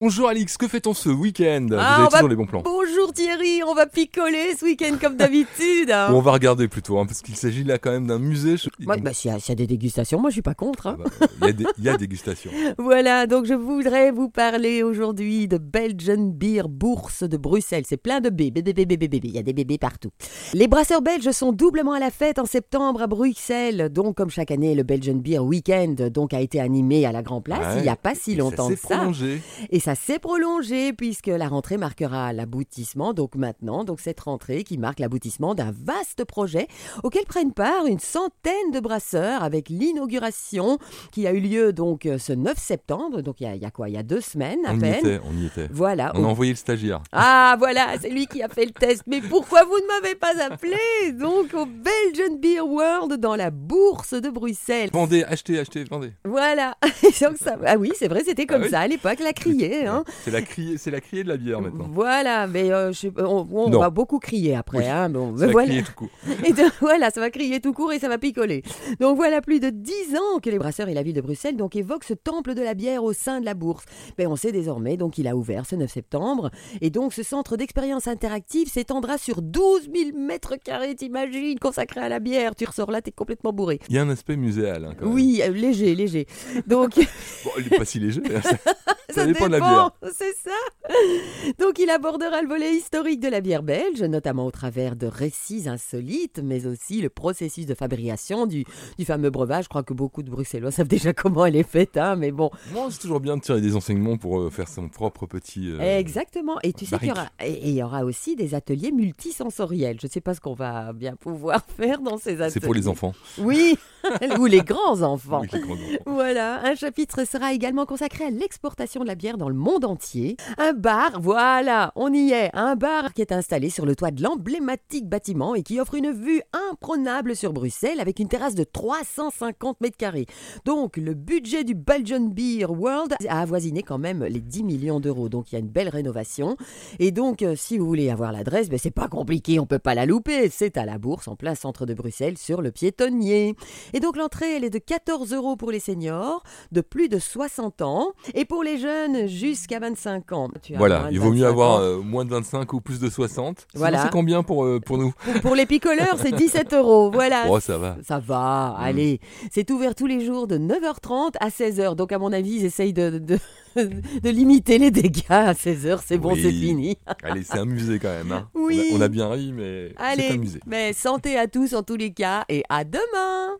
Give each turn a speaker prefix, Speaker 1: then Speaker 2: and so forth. Speaker 1: Bonjour Alix, que fait-on ce week-end Vous
Speaker 2: Ah, on
Speaker 1: avez
Speaker 2: va-
Speaker 1: toujours les bons plans.
Speaker 2: Bonjour Thierry, on va picoler ce week-end comme d'habitude. hein.
Speaker 1: Ou on va regarder plutôt, hein, parce qu'il s'agit là quand même d'un musée. je-
Speaker 2: Ouais,
Speaker 1: Donc,
Speaker 2: bah, s'il y, a- s'il y a des dégustations, moi je suis pas contre.
Speaker 1: ah
Speaker 2: hein.
Speaker 1: bah, Il y a des- il y a dégustation.
Speaker 2: Voilà, donc je voudrais vous parler aujourd'hui de Belgian Beer Bourse de Bruxelles. C'est plein de bébés, bébés, bébés, bébés, il y a des bébés partout. Les brasseurs belges sont doublement à la fête en septembre à Bruxelles. Donc comme chaque année, le Belgian Beer Weekend donc, a été animé à la Grand Place
Speaker 1: Ouais.
Speaker 2: il n'y a pas si
Speaker 1: Et
Speaker 2: longtemps
Speaker 1: ça.
Speaker 2: que
Speaker 1: s'est
Speaker 2: ça.
Speaker 1: prolongé.
Speaker 2: Et ça s'est prolongé puisque la rentrée marquera l'aboutissement, donc maintenant, donc cette rentrée qui marque l'aboutissement d'un vaste projet auquel prennent part une centaine de brasseurs avec l'inauguration qui a eu lieu donc euh, ce 9 septembre, donc il y a, il y a quoi, il y a deux semaines à
Speaker 1: On y
Speaker 2: peine. Bah, oh.
Speaker 1: était, on y était.
Speaker 2: Voilà.
Speaker 1: On
Speaker 2: au-
Speaker 1: a envoyé le stagiaire.
Speaker 2: Ah voilà, c'est lui qui a fait le test. Mais pourquoi vous ne m'avez pas appelé Donc au Belgian Beer World dans la bourse de Bruxelles.
Speaker 1: Vendez, achetez, achetez, vendez.
Speaker 2: Voilà. Et donc ça- Ah oui, c'est vrai, c'était comme
Speaker 1: Ah oui.
Speaker 2: ça à l'époque, la criée. Hein. Bah,
Speaker 1: C'est la criée, c'est la criée de la bière maintenant.
Speaker 2: Voilà, mais euh, je sais pas, on, on
Speaker 1: Non.
Speaker 2: va beaucoup crier après.
Speaker 1: Oui.
Speaker 2: hein, bon,
Speaker 1: C'est la
Speaker 2: voilà.
Speaker 1: criée tout court.
Speaker 2: Et donc, voilà, ça va crier tout court et ça va picoler. Donc voilà plus de 10 ans que les brasseurs et la ville de Bruxelles donc, évoquent ce temple de la bière au sein de la bourse. Mais on sait désormais donc il a ouvert ce 9 septembre. Et donc ce centre d'expérience interactive s'étendra sur 12 000 mètres carrés, t'imagines, consacré à la bière. Tu ressors là, t'es complètement bourré.
Speaker 1: Il y a un aspect muséal. hein, quand même.
Speaker 2: Oui, euh, léger, léger. Donc
Speaker 1: Bon, il est pas si léger. hein, ça-
Speaker 2: Ça
Speaker 1: dépend
Speaker 2: dépend,
Speaker 1: de la bière.
Speaker 2: c'est ça. Donc il abordera le volet historique de la bière belge, notamment au travers de récits insolites, mais aussi le processus de fabrication du, du fameux breuvage. Je crois que beaucoup de Bruxellois savent déjà comment elle est faite, hein, mais bon.
Speaker 1: Bon, c'est toujours bien de tirer des enseignements pour euh, faire son propre petit. euh,
Speaker 2: Exactement. Et tu sais qu'il y aura, et- et il y aura aussi des ateliers multisensoriels. Je ne sais pas ce qu'on va bien pouvoir faire dans ces ateliers.
Speaker 1: C'est pour les enfants.
Speaker 2: Oui, ou les grands enfants.
Speaker 1: Oui, les grands enfants.
Speaker 2: Voilà, un chapitre sera également consacré à l'exportation de la bière dans le monde entier. Un bar, voilà, on y est, un bar qui est installé sur le toit de l'emblématique bâtiment et qui offre une vue imprenable sur Bruxelles avec une terrasse de 350 mètres carrés. Donc le budget du Belgian Beer World a avoisiné quand même les 10 millions d'euros, donc il y a une belle rénovation. Et donc euh, si vous voulez avoir l'adresse, ben, c'est pas compliqué, on peut pas la louper, c'est à la bourse en plein centre de Bruxelles sur le piétonnier. Et donc l'entrée, elle est de 14 euros pour les seniors de plus de 60 ans et pour les jeunes jusqu'à 25 ans. Tu as
Speaker 1: Voilà,
Speaker 2: moins de
Speaker 1: il vaut mieux
Speaker 2: 25
Speaker 1: avoir
Speaker 2: ans.
Speaker 1: euh, moins de 25 ou plus de 60. Sinon,
Speaker 2: Voilà.
Speaker 1: C'est combien pour, euh, pour nous
Speaker 2: Pour, pour les picoleurs, c'est 17 euros. Voilà.
Speaker 1: Oh, ça va.
Speaker 2: Ça va,
Speaker 1: Mm.
Speaker 2: allez. C'est ouvert tous les jours de 9h30 à 16h. Donc, à mon avis, ils essayent de, de, de limiter les dégâts à 16h. C'est bon,
Speaker 1: Oui.
Speaker 2: c'est fini.
Speaker 1: Allez, c'est un musée quand même. hein.
Speaker 2: Oui.
Speaker 1: On, a, on a bien ri, mais c'est un
Speaker 2: Allez.
Speaker 1: musée.
Speaker 2: Mais santé à tous en tous les cas et à demain.